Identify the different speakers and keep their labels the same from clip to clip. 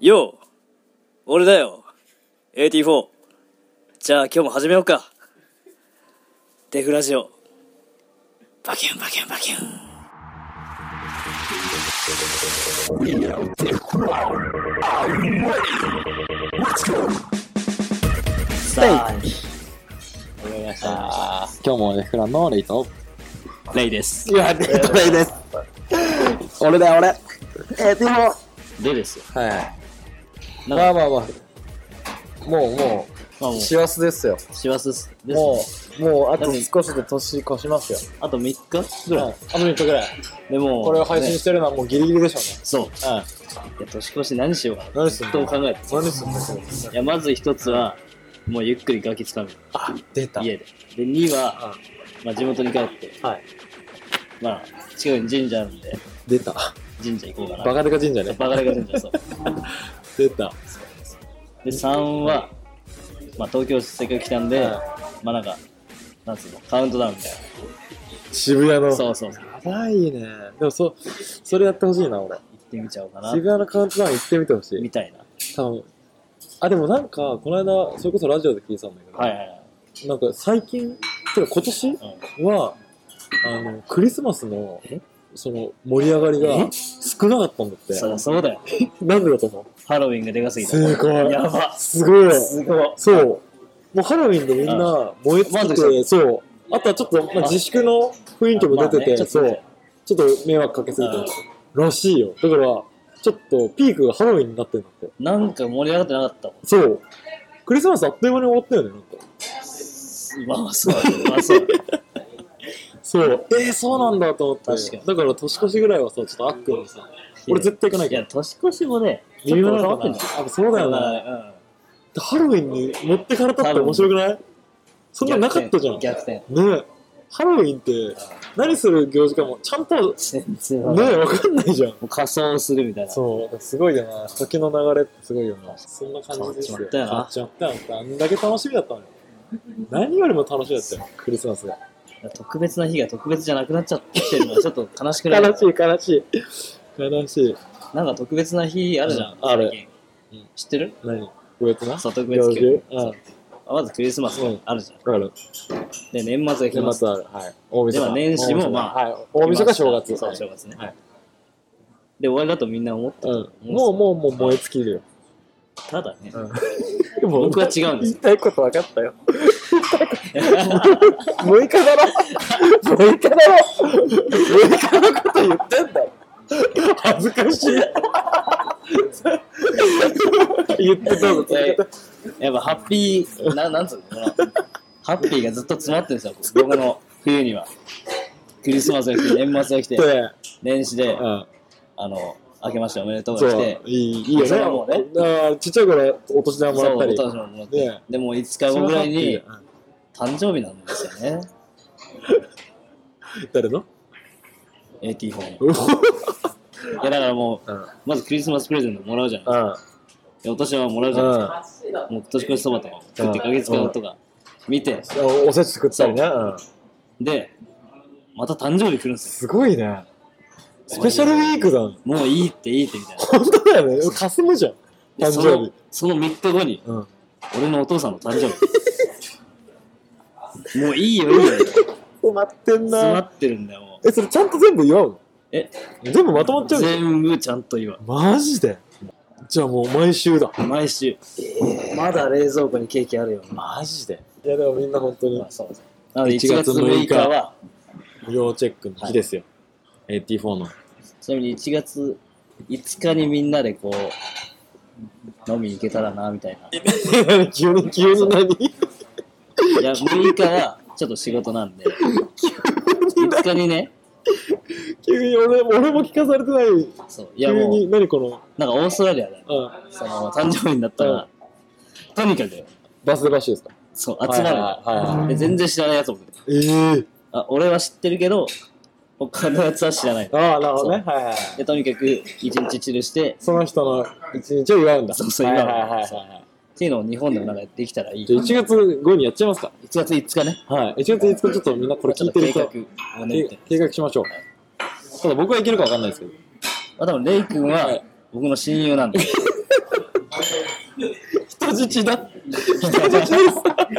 Speaker 1: よう俺だよ !AT4! じゃあ今日も始めようかデフラジオバキュンバキュンバキュンさあ始まりました
Speaker 2: 今日もねフランのレイト。
Speaker 1: レイです
Speaker 2: いや、レイトレイです。俺だよ、俺。えー、でも。
Speaker 1: レイですよ
Speaker 2: はい。
Speaker 1: なんか
Speaker 2: まあまあまあ。もうも
Speaker 1: まあも
Speaker 2: う、
Speaker 1: う
Speaker 2: 幸せですよ。
Speaker 1: 師走ですです
Speaker 2: もう、もうあ
Speaker 1: だっ
Speaker 2: と
Speaker 1: て
Speaker 2: 少しで年越しますよ。
Speaker 1: あと3日ぐら
Speaker 2: はいいあと3日ぐらい。
Speaker 1: でも
Speaker 2: これを配信
Speaker 1: ね
Speaker 2: してるのはもうギリギリでしょ
Speaker 1: そう
Speaker 2: うね。はい。
Speaker 1: いや年越し何しようかな
Speaker 2: 何す
Speaker 1: ず
Speaker 2: ん
Speaker 1: っと
Speaker 2: の
Speaker 1: 考えて
Speaker 2: 何すんの
Speaker 1: いやまず一つはもうゆっくりガキつかむ
Speaker 2: あ、出た。
Speaker 1: 家でで2は、まあ、地元に帰って
Speaker 2: はい。
Speaker 1: まあ近くに神社あるんで
Speaker 2: 出た。
Speaker 1: 神社行こうかな
Speaker 2: バカデカ神社ね。
Speaker 1: バカでか神社そう
Speaker 2: 出た。
Speaker 1: で3は、まあ、東京せっかく来たんで、
Speaker 2: は
Speaker 1: まあなんかなんつうのカウントダウンみたい
Speaker 2: 渋谷
Speaker 1: な
Speaker 2: の。
Speaker 1: そうそうそう
Speaker 2: やばいね。でもそ、それやってほしいな、
Speaker 1: 行
Speaker 2: 俺。
Speaker 1: ってみちゃおうかな
Speaker 2: 渋谷のカウントダウン行ってみてほしい。
Speaker 1: みたいな
Speaker 2: 多分あでもなんかこの間それこそラジオで聞いてたんだけど、
Speaker 1: はいはいはい、
Speaker 2: なんか最近てか今年
Speaker 1: うん、
Speaker 2: はあのクリスマスの
Speaker 1: え
Speaker 2: その盛り上がりが
Speaker 1: え
Speaker 2: 少なかったんだって
Speaker 1: そりゃそうだよ
Speaker 2: なんでだと思
Speaker 1: ハロウィンがでかす
Speaker 2: う
Speaker 1: ぎた
Speaker 2: すごい
Speaker 1: やば
Speaker 2: すごい
Speaker 1: すごい
Speaker 2: そうもうハロウィンでみんな燃え尽
Speaker 1: 満
Speaker 2: き
Speaker 1: 足
Speaker 2: て、
Speaker 1: し
Speaker 2: そうあとはちょっと、まあ、自粛の雰囲気も出て
Speaker 1: まあね
Speaker 2: て、
Speaker 1: ちょっ
Speaker 2: そ
Speaker 1: とね
Speaker 2: うちょっと迷惑かけすぎて
Speaker 1: うん
Speaker 2: らしいよだからちょっとピークがハロウィンになってるんだって
Speaker 1: なんか盛り上がってなかったもん
Speaker 2: そうクリスマスあっという間に終わったよねなんか
Speaker 1: まあそうだねまあそうだね
Speaker 2: そう。えー、そうなんだと思って。
Speaker 1: 確かに
Speaker 2: だから年越しぐらいはさ、ちょっとあっくんにさ、 俺絶対行かない
Speaker 1: い
Speaker 2: け
Speaker 1: や
Speaker 2: ど。
Speaker 1: 年越しもね
Speaker 2: 微妙な
Speaker 1: ちょ
Speaker 2: の
Speaker 1: っと
Speaker 2: か
Speaker 1: 変わって
Speaker 2: な
Speaker 1: んじゃん
Speaker 2: あ、そうだよ
Speaker 1: だか
Speaker 2: ね。
Speaker 1: らうん
Speaker 2: ハロウィンに持ってかれたって面白くないそんなのなかったじゃん。ね
Speaker 1: 逆転
Speaker 2: ハロウィンって何する行事かも、ちゃんと、ね
Speaker 1: 全然わかんない
Speaker 2: わかんないじゃん。
Speaker 1: もう仮装するみたいな
Speaker 2: そう、すごいよな。時の流れってすごいよな。そんな感じですよ。
Speaker 1: 変わ
Speaker 2: わ
Speaker 1: っ
Speaker 2: っちゃったよな。あんだけ楽しみだったのに。何よりも楽しみだったよ、クリスマスが。
Speaker 1: 特別な日が特別じゃなくなっちゃってきてるのはちょっと悲しくない
Speaker 2: 悲しい、悲しい。悲しい。
Speaker 1: なんか特別な日あるじゃん、
Speaker 2: うんある
Speaker 1: 最近
Speaker 2: うん
Speaker 1: 知ってる
Speaker 2: 何上手な
Speaker 1: そう特別級
Speaker 2: 行事うん。
Speaker 1: まずクリスマス
Speaker 2: うん
Speaker 1: あるじゃん
Speaker 2: ある。
Speaker 1: で年末が来
Speaker 2: 年
Speaker 1: ます
Speaker 2: 末ある。はい。大晦
Speaker 1: で
Speaker 2: 日。
Speaker 1: は年始もまあ
Speaker 2: はい。大晦日が正月。
Speaker 1: そう
Speaker 2: はい
Speaker 1: 正月ね、
Speaker 2: はい
Speaker 1: で終わりだとみんな思っ
Speaker 2: うん。もうもうもう燃え尽きるよ。
Speaker 1: ただね、
Speaker 2: うん。も
Speaker 1: 僕は違うんです
Speaker 2: 言い たいこと分かった よ。6日だろ !6 日だろ !6 日のこと言ってんだよ。恥ずかしい。言ってた の。
Speaker 1: やっぱハッピーななんつうのかなハッピーがずっと詰まってるんですよ僕の冬にはクリスマスが来て年末が来て
Speaker 2: で、
Speaker 1: 年始で
Speaker 2: うん。
Speaker 1: あの明けましておめでとう
Speaker 2: そ
Speaker 1: が来て
Speaker 2: う、いいいいよね。
Speaker 1: それはもうね
Speaker 2: あーちっちゃい頃、お年玉もらったり。
Speaker 1: そうお父さんももらって
Speaker 2: ね
Speaker 1: でも5日後ぐらいに
Speaker 2: うん
Speaker 1: 誕生日なんですよね。
Speaker 2: 誰 の
Speaker 1: AT4 の。
Speaker 2: うん。
Speaker 1: いやだからも
Speaker 2: うん
Speaker 1: う、まずクリスマスプレゼントもらうじゃないでお年玉もらうじゃないですか。もう年越しそばとかも食って
Speaker 2: うん
Speaker 1: か月間とか見て、
Speaker 2: おおせち作ったりね。うん
Speaker 1: で、また誕生日来るんですよ。
Speaker 2: すごいね。スペシャルウィークだ。
Speaker 1: もういいっていいってみたいな。
Speaker 2: 本当だよね。霞むじゃん。
Speaker 1: で
Speaker 2: 誕
Speaker 1: そ
Speaker 2: 生
Speaker 1: の
Speaker 2: 日。
Speaker 1: その3日後に、
Speaker 2: うん。
Speaker 1: 俺のお父さんの誕生日。もういいよいいよ。
Speaker 2: 埋まってん
Speaker 1: 詰ま
Speaker 2: な。
Speaker 1: ってるんだよ、もう。
Speaker 2: え、それちゃんと全部祝うの
Speaker 1: え
Speaker 2: 全 部まとまっちゃうの
Speaker 1: 全部ちゃんと言わん
Speaker 2: マジでじゃあもう毎週だ。
Speaker 1: 毎週。まだ冷蔵庫にケーキあるよ。
Speaker 2: マジでいやでもみんな本当に
Speaker 1: まあそうですなので1
Speaker 2: 1
Speaker 1: 月
Speaker 2: 月
Speaker 1: 6
Speaker 2: 6
Speaker 1: 日
Speaker 2: 日
Speaker 1: は、
Speaker 2: 要チェックの日ですよ。AT4 の。
Speaker 1: ちなみに1月5日にみんなでこう、飲み行けたらな、みたいな。い
Speaker 2: 急に、急に何
Speaker 1: や、6日はちょっと仕事なんで、5日にね、
Speaker 2: 急に俺俺も聞かされてない。
Speaker 1: そう、いや
Speaker 2: 急
Speaker 1: もう、
Speaker 2: に、何この、
Speaker 1: なんかオーストラリアで、
Speaker 2: うん、
Speaker 1: その誕生日になったら、とにかく、
Speaker 2: バスでバッシュですか
Speaker 1: そう、集まる、
Speaker 2: はいはいはいはい
Speaker 1: で。全然知らないやつもいる
Speaker 2: ええ
Speaker 1: あ、俺は知ってるけど、他のやつは知らない。
Speaker 2: ああ、なるほどね。
Speaker 1: そ
Speaker 2: はいはいはい。
Speaker 1: で、とにかく一日チルして、
Speaker 2: その人の一日を祝うんだ。
Speaker 1: そうそう
Speaker 2: は
Speaker 1: 祝
Speaker 2: いうはいはいはいは
Speaker 1: っていうのを日本でもなんかできたらいい。
Speaker 2: い。じゃあ1月5にやっちゃいますか。
Speaker 1: 1月5日ね。
Speaker 2: はい。1月5日ちょっとみんなこれ聞いてる
Speaker 1: ちょっ
Speaker 2: 人
Speaker 1: と、計画を練って
Speaker 2: け。計画しましょう。ただ僕はいけるかわかんないですけど。
Speaker 1: まあ、多分レイ君は僕の親友なんで、
Speaker 2: 人質だ。人質です。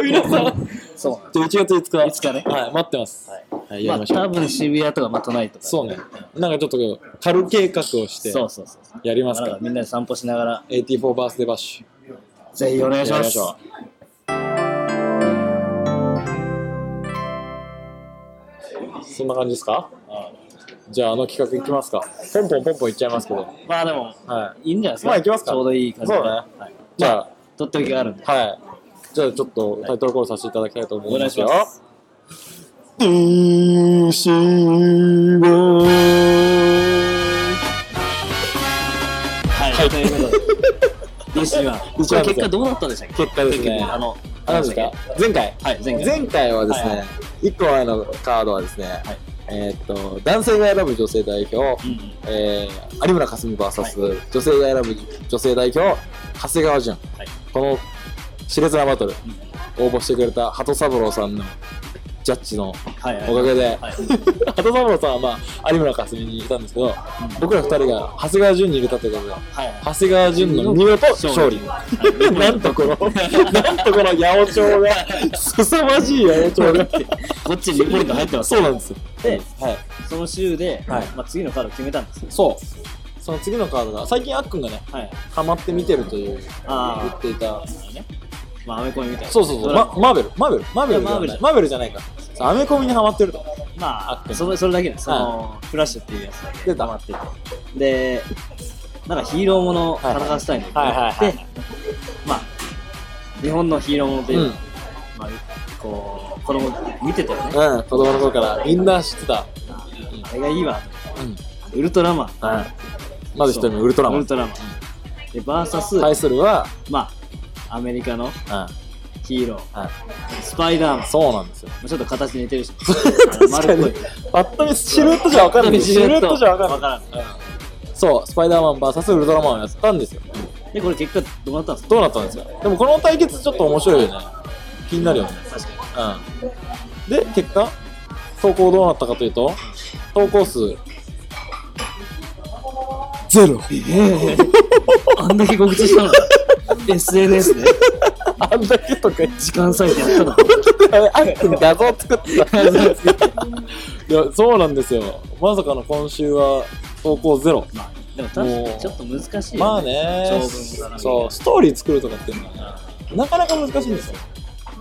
Speaker 2: 皆さん。
Speaker 1: そうなんで
Speaker 2: 1月5日。
Speaker 1: 5日ね
Speaker 2: はい、待ってます。
Speaker 1: はい
Speaker 2: はい、
Speaker 1: すま
Speaker 2: やり
Speaker 1: あ
Speaker 2: ましょう。
Speaker 1: 多分渋谷とかまあ都内とか
Speaker 2: そうね。なんかちょっと、軽計画をして、
Speaker 1: そうそうそうそう
Speaker 2: やります
Speaker 1: だ
Speaker 2: か
Speaker 1: からら。みんなで散歩しながら
Speaker 2: 84バースデーバッシ
Speaker 1: ぜひお願い
Speaker 2: ュ。
Speaker 1: します
Speaker 2: ょう。そんな感じですかじゃあ、あの企画いきますか。ポンポンポンポンいっちゃいますけど。はい。
Speaker 1: まあでもいいんじゃないですか
Speaker 2: まあ行きますか
Speaker 1: ちょうどいい感じで
Speaker 2: そうね
Speaker 1: はい
Speaker 2: じゃあ、
Speaker 1: とっておきがあるんで
Speaker 2: はい。じゃあちょっとタイトルコールさせていただきたいと思いますよ。
Speaker 1: お願いしますはい、
Speaker 2: はい
Speaker 1: ということで DC は
Speaker 2: DC
Speaker 1: これ結果どうなったんでしたっけ
Speaker 2: 結果ですね
Speaker 1: あの
Speaker 2: あ、なんですか前回、
Speaker 1: はい前回
Speaker 2: 前回はです
Speaker 1: は
Speaker 2: ね、一個前のカードはですね、えーっと、男性が選ぶ女性代表、
Speaker 1: うんうん
Speaker 2: えー、有村架純 VS 女性が選ぶ女性代表、長谷川潤。
Speaker 1: はい
Speaker 2: この熾烈なバトル、応募してくれた鳩三郎さんのジャッジの
Speaker 1: はいはい
Speaker 2: おかげで、
Speaker 1: はい
Speaker 2: 鳩三郎さんは、まあ、有村架純にいたんですけど、僕ら二人が長谷川潤に入れたということで、
Speaker 1: はい
Speaker 2: 長谷川潤の見事勝利。なんとこの、なんとこの八百長が、凄まじい八百長が。
Speaker 1: こっちに2ポイント入ってます
Speaker 2: そうなんですよ。
Speaker 1: で
Speaker 2: はい。
Speaker 1: その週で、
Speaker 2: はい
Speaker 1: まあ、次のカードを決めたんですよ
Speaker 2: そう。その次のカードが、最近あっくんがね、
Speaker 1: はい
Speaker 2: ハマって見てるという、言
Speaker 1: あ
Speaker 2: っていた。
Speaker 1: あねまあアメコミみたいな
Speaker 2: そうそうそう、
Speaker 1: れは
Speaker 2: ま、マーベル、マーベル、マーベル
Speaker 1: いやマーベルじゃない
Speaker 2: マーベルじゃないか。そうアメコミにハマってると。あ
Speaker 1: ま
Speaker 2: っ
Speaker 1: あ
Speaker 2: て
Speaker 1: それそれだけでその、フラッシュっていうやつだけ
Speaker 2: 出た
Speaker 1: 黙っててでなんかヒーローものを探したいんで、
Speaker 2: はいはいはいはい
Speaker 1: でまあ日本のヒーローものという、
Speaker 2: うん
Speaker 1: まあこう子供見てたよね
Speaker 2: うん、子供の頃からみんな知ってた。
Speaker 1: あれがいいわ
Speaker 2: うん。
Speaker 1: ウルトラマン
Speaker 2: はい。まず一人目、ウルトラマ
Speaker 1: ウル
Speaker 2: ン。
Speaker 1: トラマンでバーサス、
Speaker 2: 対するは、
Speaker 1: まあアメリカの
Speaker 2: うん。は
Speaker 1: ヒーロー
Speaker 2: い。
Speaker 1: スパイダーマン
Speaker 2: そうなんですよ。
Speaker 1: ちょっと形似てるし
Speaker 2: 確かに
Speaker 1: 丸っこい。
Speaker 2: ぱっと見シルエットじゃわかんない。シルエットじゃわかんない
Speaker 1: わ。からん
Speaker 2: そう、スパイダーマン VS ウルトラマンをやったんですよ。
Speaker 1: でこれ結果どうなったんですか
Speaker 2: どうなったんですかでもこの対決ちょっと面白いよね。気になるよね。
Speaker 1: 確かに
Speaker 2: うん。で、結果、投稿どうなったかというと、投稿数、ゼロ。
Speaker 1: あんだけ告知した の SNS で
Speaker 2: あんだけとか言っ
Speaker 1: 時間割いてやったの
Speaker 2: てたね、あっくん画像作 った。いや、そうなんですよ。まさかの今週は投稿ゼロ。
Speaker 1: まあでも確かにちょっと難しいよ、ね、
Speaker 2: まあね
Speaker 1: 長文だな、
Speaker 2: そう、ストーリー作るとかっていうのはね、なかなか難しいんですよ。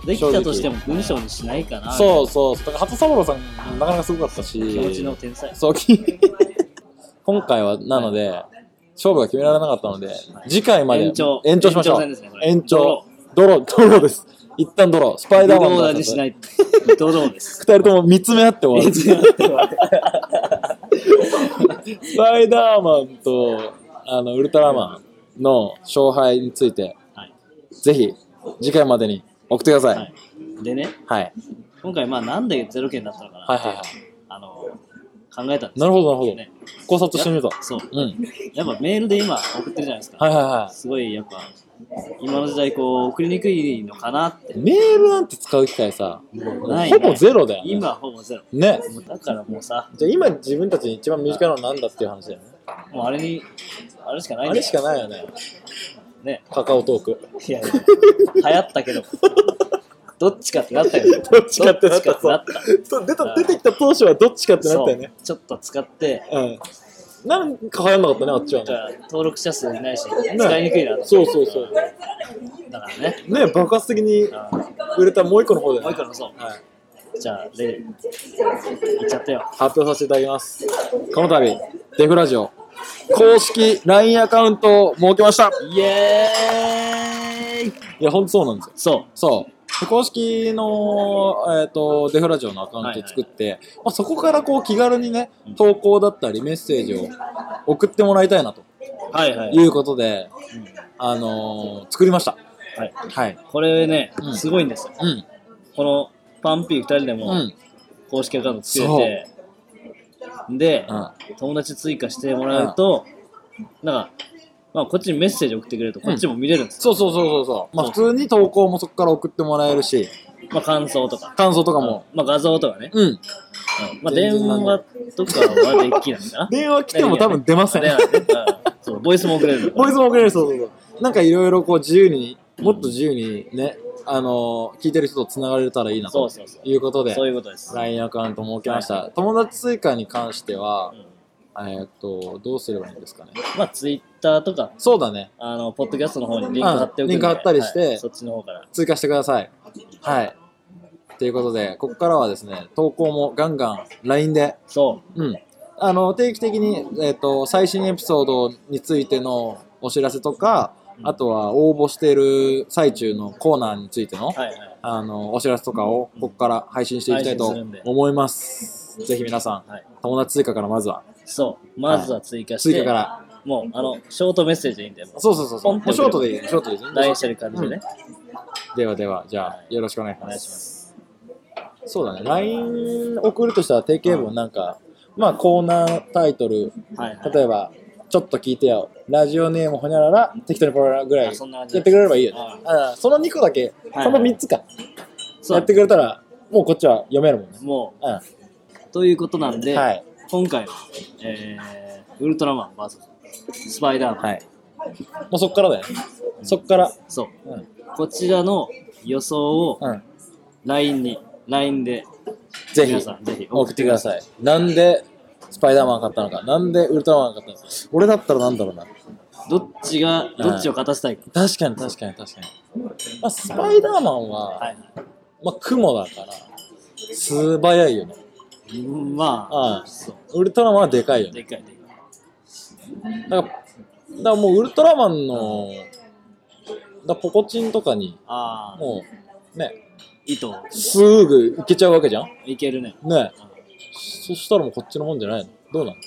Speaker 1: できたとしても文章にしないかな
Speaker 2: そうそうそう。だから、鳩三郎さん、なかなかすごかったし。
Speaker 1: 気持ちの天才
Speaker 2: そう、 き今回は、なので、勝負が決められなかったので、次回まで
Speaker 1: 延長
Speaker 2: 延長しましょう。
Speaker 1: 延長戦ですねこれ
Speaker 2: 延長ドロー、ドローです。一旦ドロー。スパイ
Speaker 1: 微
Speaker 2: ダーマン
Speaker 1: 動だにしないドローです
Speaker 2: 二人とも見つめ合って終わる。スパイダーマンと、あの、ウルトラマンの勝敗について、
Speaker 1: はい
Speaker 2: ぜひ、次回までに送ってください。
Speaker 1: は
Speaker 2: はい
Speaker 1: い。でね
Speaker 2: はい、
Speaker 1: 今回まあなんでゼロ件になったのかな
Speaker 2: はい、
Speaker 1: って
Speaker 2: はいはい。
Speaker 1: あの考えたんです
Speaker 2: なるほど、なるほど。
Speaker 1: ね
Speaker 2: 考察してみた。
Speaker 1: そう
Speaker 2: うん。
Speaker 1: やっぱメールで今送ってるじゃないですか、
Speaker 2: はいはいは
Speaker 1: すごいやっぱ今の時代こう送りにくいのかなって
Speaker 2: い。メールなんて使う機会さ、
Speaker 1: ないね
Speaker 2: ほぼゼロだよね。
Speaker 1: 今はほぼゼロ
Speaker 2: ね。
Speaker 1: もうだからもうさ
Speaker 2: じゃあ今自分たちに一番身近なのは何だっていう話だよね。
Speaker 1: もうあれにあれしかない
Speaker 2: あ
Speaker 1: んだよ
Speaker 2: れしかないよね。
Speaker 1: ね
Speaker 2: カカオトーク。
Speaker 1: いやいや流行ったけどどっちかってなったよね
Speaker 2: どっちかってなっ
Speaker 1: ど
Speaker 2: た
Speaker 1: っちかってなっ
Speaker 2: そう出た出てきた当初はどっちかって
Speaker 1: た
Speaker 2: なった
Speaker 1: そ
Speaker 2: よね
Speaker 1: う。ちょっと使って
Speaker 2: うん。なんか流行んなかったね、あっちは
Speaker 1: だか
Speaker 2: ね。
Speaker 1: ら登録者数いないし
Speaker 2: ね
Speaker 1: 使いにくいなと
Speaker 2: そうそうそう。
Speaker 1: だからね
Speaker 2: ね、爆発的に
Speaker 1: あー
Speaker 2: 売れたもう一個の方だよ
Speaker 1: もう
Speaker 2: ね。
Speaker 1: 一個のそう
Speaker 2: はい。
Speaker 1: じゃあレイいっちゃったよ
Speaker 2: 発表させていただきます。この度、デフラジオ、公式 LINE アカウントを設けました。
Speaker 1: イエーイ
Speaker 2: いや、ほんとそうなんですよ。
Speaker 1: そ
Speaker 2: そう。公式の、えー、とデフラジオのアカウントを作って、まあ、そこからこう気軽にね、投稿だったりメッセージを送ってもらいたいなと
Speaker 1: うはいはい
Speaker 2: いうことで、あのー作りました。
Speaker 1: はい
Speaker 2: はい。
Speaker 1: これね、
Speaker 2: うん
Speaker 1: すごいんですよ
Speaker 2: うん。
Speaker 1: このパンピー二人で
Speaker 2: う
Speaker 1: も
Speaker 2: ん。
Speaker 1: 公式アカウント作れて、で、
Speaker 2: うん
Speaker 1: 友達追加してもらうと、なんか、まあ、こっちにメッセージ送ってくれると、こっちも見れるんですよ、
Speaker 2: そうそうそうそうそう。まあ、普通に投稿もそこから送ってもらえるし、
Speaker 1: まあ、感想とか、
Speaker 2: 感想とかも。
Speaker 1: まあ、画像とかね、
Speaker 2: うん。
Speaker 1: うんまあ、電話とかはできないんだな。
Speaker 2: 電話来ても多分出ません。
Speaker 1: 電話ねうんそうボイスも送れるの
Speaker 2: ボイスも送れる、そうそうそう。なんかいろいろこう自由にもっと自由にね、あの聞いてる人と繋がれたらいいな
Speaker 1: そう
Speaker 2: と
Speaker 1: そうそう。
Speaker 2: いうことで、
Speaker 1: そういうことです。
Speaker 2: LINE アカウント設けました。
Speaker 1: は
Speaker 2: 友達追加に関しては
Speaker 1: う、ん
Speaker 2: えーっと、どうすればいいんですかね。
Speaker 1: まあ、ツイッターとか、
Speaker 2: そうだね。
Speaker 1: あの、ポッドキャストの方にリンク貼っておくんで
Speaker 2: うんリンク貼ったりして
Speaker 1: はいそっちの方から。
Speaker 2: 追加してください。はい。ということで、ここからはですね、投稿もガンガン LINE で、
Speaker 1: そ
Speaker 2: うん。あの、定期的に、えーっと、最新エピソードについてのお知らせとか、あとは応募している最中のコーナーについて
Speaker 1: う。
Speaker 2: の、
Speaker 1: はいはい。
Speaker 2: あの、お知らせとかをここから配信していきたいと
Speaker 1: 配信するんで
Speaker 2: 思います。ぜひ皆さん、
Speaker 1: はい。
Speaker 2: 友達追加からまずは、
Speaker 1: そう。まずは追加して、
Speaker 2: 追加から。
Speaker 1: もう、あの、ショートメッセージでいいんだよ。もう
Speaker 2: そうそうそうそ
Speaker 1: ポ
Speaker 2: う。
Speaker 1: ン
Speaker 2: も
Speaker 1: ポン
Speaker 2: うショートでいい、ショートでいい。
Speaker 1: LINE してる感じでね。
Speaker 2: ではでは、じゃあ、よろしくお願いし
Speaker 1: お
Speaker 2: ま
Speaker 1: 願い
Speaker 2: す。
Speaker 1: します。
Speaker 2: そうだね。LINE 送るとしたら定型文なんか、まあコーナータイトル、
Speaker 1: はいはい。
Speaker 2: 例えば、ちょっと聞いてよ。ラジオネームほにゃらら、適当にポロラぐらいや
Speaker 1: あ
Speaker 2: って
Speaker 1: そんな感じ
Speaker 2: くれればいいよね
Speaker 1: はい。
Speaker 2: あその2個だけ、
Speaker 1: はい
Speaker 2: その3つか、
Speaker 1: そう
Speaker 2: やってくれたら、もうこっちは読めるもんね。
Speaker 1: も
Speaker 2: う
Speaker 1: う、ということなんで、
Speaker 2: ん。はい。
Speaker 1: 今回は、えー、ウルトラマン VS スパイダーマン。
Speaker 2: はい。もうそっからだよね。そっから。
Speaker 1: そう。
Speaker 2: うん。
Speaker 1: こちらの予想を
Speaker 2: うん。
Speaker 1: LINE に、LINE で、
Speaker 2: ぜひ
Speaker 1: 皆、さんぜひ
Speaker 2: 送ってください。なんで、スパイダーマン買ったのか。なんで、ウルトラマン買ったのか。俺だったらなんだろうな。
Speaker 1: どっちが、どっちを勝たせたいか。
Speaker 2: 確かに確かに確かに。まあ、スパイダーマンは、
Speaker 1: はい。
Speaker 2: まあ、雲だから、素早いよね。
Speaker 1: うんま
Speaker 2: あ
Speaker 1: あ、
Speaker 2: あ
Speaker 1: そう。
Speaker 2: ウルトラマンはでかいよね。
Speaker 1: でっかいでっかい。
Speaker 2: だから、だからもうウルトラマンの、だからポコチンとかに、
Speaker 1: ああ、
Speaker 2: もう、ね、
Speaker 1: 糸、
Speaker 2: すぐいけちゃうわけじゃん
Speaker 1: いけるね。
Speaker 2: ねそしたらもうこっちのもんじゃないのどうなの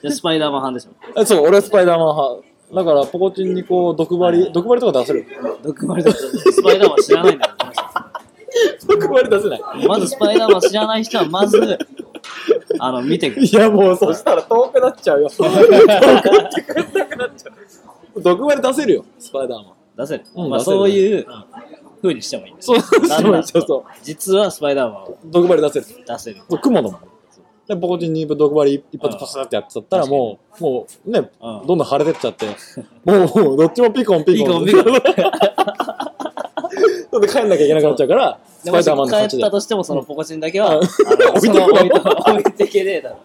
Speaker 1: じゃあスパイダーマン派でし
Speaker 2: えそう、俺はスパイダーマン派。だから、ポコチンにこう、毒針、毒針とか出せる
Speaker 1: ょ。毒丸だったスパイダーマン知らないんだよ、この
Speaker 2: 毒針出せない。
Speaker 1: 人まずスパイダーマン知らない人は、まず、あの、見てく
Speaker 2: いや、もう、そしたら遠くなっちゃ うよ。遠くなくなっちゃう。毒針出せるよ、スパイダーマン。
Speaker 1: 出せる。
Speaker 2: うん
Speaker 1: まあ、
Speaker 2: 出せる
Speaker 1: そういう風にしてもいいんだよ。
Speaker 2: そう、そう、
Speaker 1: なんだ
Speaker 2: そうそ
Speaker 1: 実はスパイダーマンを
Speaker 2: う。毒針出せる。
Speaker 1: 出せる。
Speaker 2: もう雲だもん。で、ポコチンに毒針一発パスってやっちゃったら、もう、もうね、
Speaker 1: うん
Speaker 2: どんどん腫れてっちゃって、もう、もうどっちもピコンピ
Speaker 1: ピ
Speaker 2: コ
Speaker 1: コ
Speaker 2: ン。
Speaker 1: ンピコン。
Speaker 2: だって帰んなきゃいけなくなっちゃうから、ス
Speaker 1: で
Speaker 2: パ
Speaker 1: も
Speaker 2: イ
Speaker 1: し
Speaker 2: ダーマンの勝
Speaker 1: 帰
Speaker 2: ち
Speaker 1: っ
Speaker 2: で
Speaker 1: た。としても、そのポコチンだけは、あの
Speaker 2: 置い
Speaker 1: そ
Speaker 2: て
Speaker 1: の
Speaker 2: く
Speaker 1: 置
Speaker 2: ま
Speaker 1: い
Speaker 2: ま
Speaker 1: と置いてけねえだろ。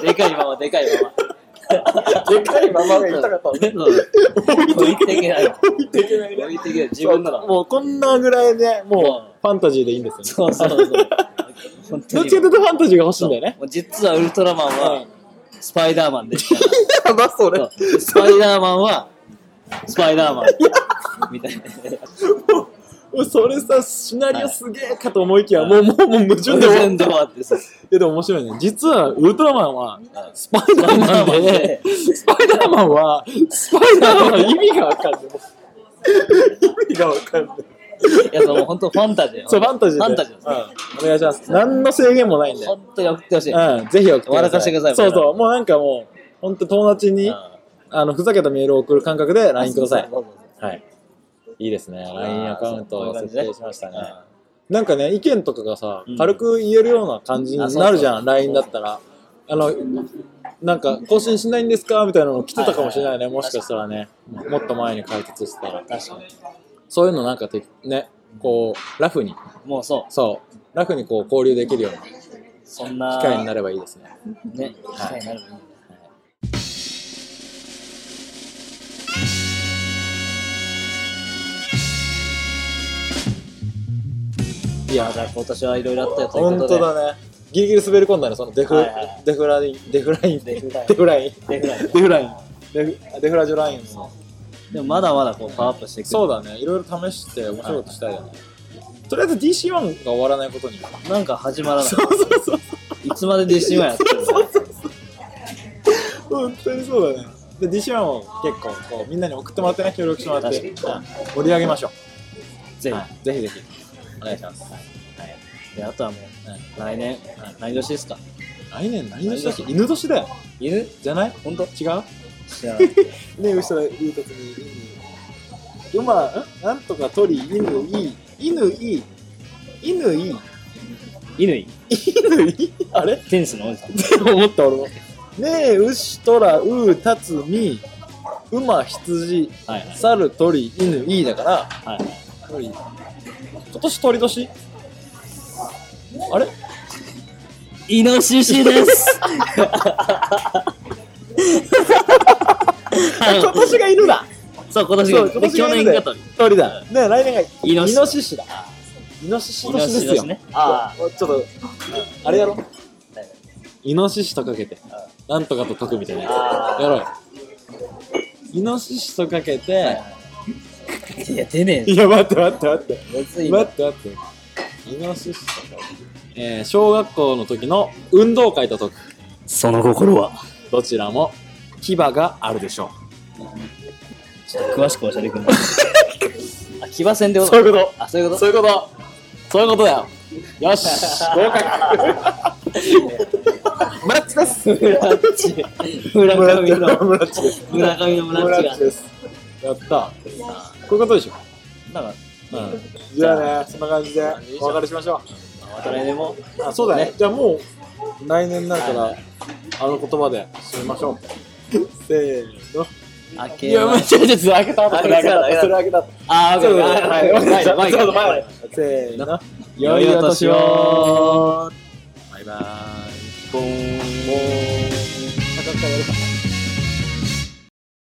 Speaker 1: でかいまま、でかいまま。
Speaker 2: でかいままが痛かったのね。
Speaker 1: そう置いてけない。
Speaker 2: 置いていけないね。
Speaker 1: 置いてけない。自分なら。
Speaker 2: もうこんなぐらいで、もうファンタジーでいいんですよね。
Speaker 1: そうそうそう。本
Speaker 2: ど
Speaker 1: 当
Speaker 2: っ
Speaker 1: に
Speaker 2: ちかというとファンタジーが欲しいんだよ ね。
Speaker 1: もう実はウルトラマンはスパイダーマンでした。
Speaker 2: やばそれ。
Speaker 1: そうでスパイダーマンはスパイダーマン。みたいな。
Speaker 2: それさ、シナリオすげえかと思いきや、もう、もう、もう矛盾で
Speaker 1: 自
Speaker 2: 終わ
Speaker 1: 分で終わってさ。
Speaker 2: でも面白いね。実はウルトラマンはスパイダーマ
Speaker 1: マ
Speaker 2: ン
Speaker 1: ン
Speaker 2: で
Speaker 1: で、
Speaker 2: スパイダーマンは、スパイダーマンの意味がわかんない。意味がわかんない。
Speaker 1: いや、そう、もう本当ファンタジー。
Speaker 2: そう、ファンタジーで。
Speaker 1: ファンタジーですね。
Speaker 2: うんお願いします。何の制限もないんで。
Speaker 1: 本当に送ってほしい。
Speaker 2: うん、ぜひ送ってください。
Speaker 1: 終わらさせてください
Speaker 2: そうそう、もうなんかもう、ほんと友達に、あの、ふざけたメールを送る感覚で LINE ください。
Speaker 1: そうそうそう
Speaker 2: はい。いいですね。LINE アカウントを設定しましたね
Speaker 1: こういう感。
Speaker 2: なんかね、意見とかがさ
Speaker 1: う、ん
Speaker 2: 軽く言えるような感じになるじゃん、LINE だったら。あの、なんか、更新しないんですかみたいなの来てたかもしれないね、
Speaker 1: はいはいはい
Speaker 2: もしかしたらね。もっと前に解決してたら。
Speaker 1: 確かに。
Speaker 2: そういうのなんかて、ね、こう、ラフに、
Speaker 1: もうそう。
Speaker 2: そう、ラフにこう、交流できるような機
Speaker 1: そんな。
Speaker 2: 会にな
Speaker 1: る。
Speaker 2: ればいいですね。
Speaker 1: ね。機会になるばいいね。
Speaker 2: いや、
Speaker 1: じゃあ今年はいろいろあったよという
Speaker 2: 本
Speaker 1: ことで。
Speaker 2: 当だね。ギリギリ滑り込んだね、そのデフ、
Speaker 1: はいはい
Speaker 2: デフライン、デフライン、
Speaker 1: デフライン
Speaker 2: デフライ
Speaker 1: デフライン
Speaker 2: ン、デフライン、デフデフラジオラインの。
Speaker 1: でもまだまだこうパワーアップしていく。
Speaker 2: そうだね、いろいろ試して面白いことしたいよね。とりあえず DC1 が終わらないことに。
Speaker 1: なんか始まらない。
Speaker 2: そうそうそう。
Speaker 1: いつまで DC マンやってるの
Speaker 2: 本当にそうだね。で、DC1 を結構こう、みんなに送ってもらってね、協力してもらって、うん
Speaker 1: 確か
Speaker 2: 盛り上げましょ
Speaker 1: ぜ
Speaker 2: う。
Speaker 1: ひ。
Speaker 2: はいぜひぜひ。お願いします。
Speaker 1: であとはもう、
Speaker 2: はい
Speaker 1: 来年、何年ですか
Speaker 2: 来年何年だっけ犬年だよ。
Speaker 1: 犬
Speaker 2: じゃない
Speaker 1: 本当
Speaker 2: 違う
Speaker 1: 知ら ない。
Speaker 2: ねうしたら言うときに犬馬んなんとか鳥犬いい犬いい犬いい
Speaker 1: 犬い
Speaker 2: 犬いい あれ
Speaker 1: テニスの王子さん。
Speaker 2: でも思った俺もねえうしとらうたつみ馬、羊、
Speaker 1: はいはい
Speaker 2: 猿、鳥、犬、いいだから、
Speaker 1: はいはい
Speaker 2: 鳥。今年鳥年あれ
Speaker 1: イノシシです。
Speaker 2: 今年が犬だ
Speaker 1: そう、今年
Speaker 2: そう、
Speaker 1: が、
Speaker 2: 今
Speaker 1: で
Speaker 2: 年
Speaker 1: 去
Speaker 2: が
Speaker 1: 年
Speaker 2: 犬
Speaker 1: が
Speaker 2: だ
Speaker 1: と。
Speaker 2: 鳥だ。ね、来年が
Speaker 1: イノシ
Speaker 2: イ
Speaker 1: シ
Speaker 2: ノシシだ。イノシシ年です
Speaker 1: イノシ
Speaker 2: よ
Speaker 1: シね。
Speaker 2: ああ、ちょっと、あれやろうイノシシとかけて、なんとかと解くみたいなやつ。やろうよ。イノシシとかけて、
Speaker 1: いや、出ねえ
Speaker 2: いや、待って待って待って。
Speaker 1: よ。むずいな
Speaker 2: 待って待って。イノシシとか。えー、小学校の時の運動会と解く。
Speaker 3: その心は
Speaker 2: どちらも牙があるでしょ
Speaker 1: ちょっと詳しく教えてくれ ない。あ、騎馬戦で
Speaker 2: う。
Speaker 1: ござい
Speaker 2: いうこ
Speaker 1: ます。あ、そういうこと
Speaker 2: そういうこと。そういうことだよ。よし、 合格。村地です。
Speaker 1: 村地。村上の、
Speaker 2: 村地です。
Speaker 1: 村上の村地が。
Speaker 2: です。やった。こういうことでしょ。
Speaker 1: だから、
Speaker 2: うん。じゃあね、そんな感じでお別れしましょ
Speaker 1: また来年も。
Speaker 2: う。あ、そうだね。じゃあもう来年になるから、あの言葉で締めましょう。 せーの。
Speaker 1: 明
Speaker 2: い
Speaker 1: けまし
Speaker 2: ちょいちょい、開けた後それ開けた後。それ開けた後。
Speaker 1: あー、ごめんごめんごめんごめんごめんごめんごめん
Speaker 2: せーの。
Speaker 1: 良いお年を
Speaker 2: バイバーイ。ボーン。ボーン。高くからやるか。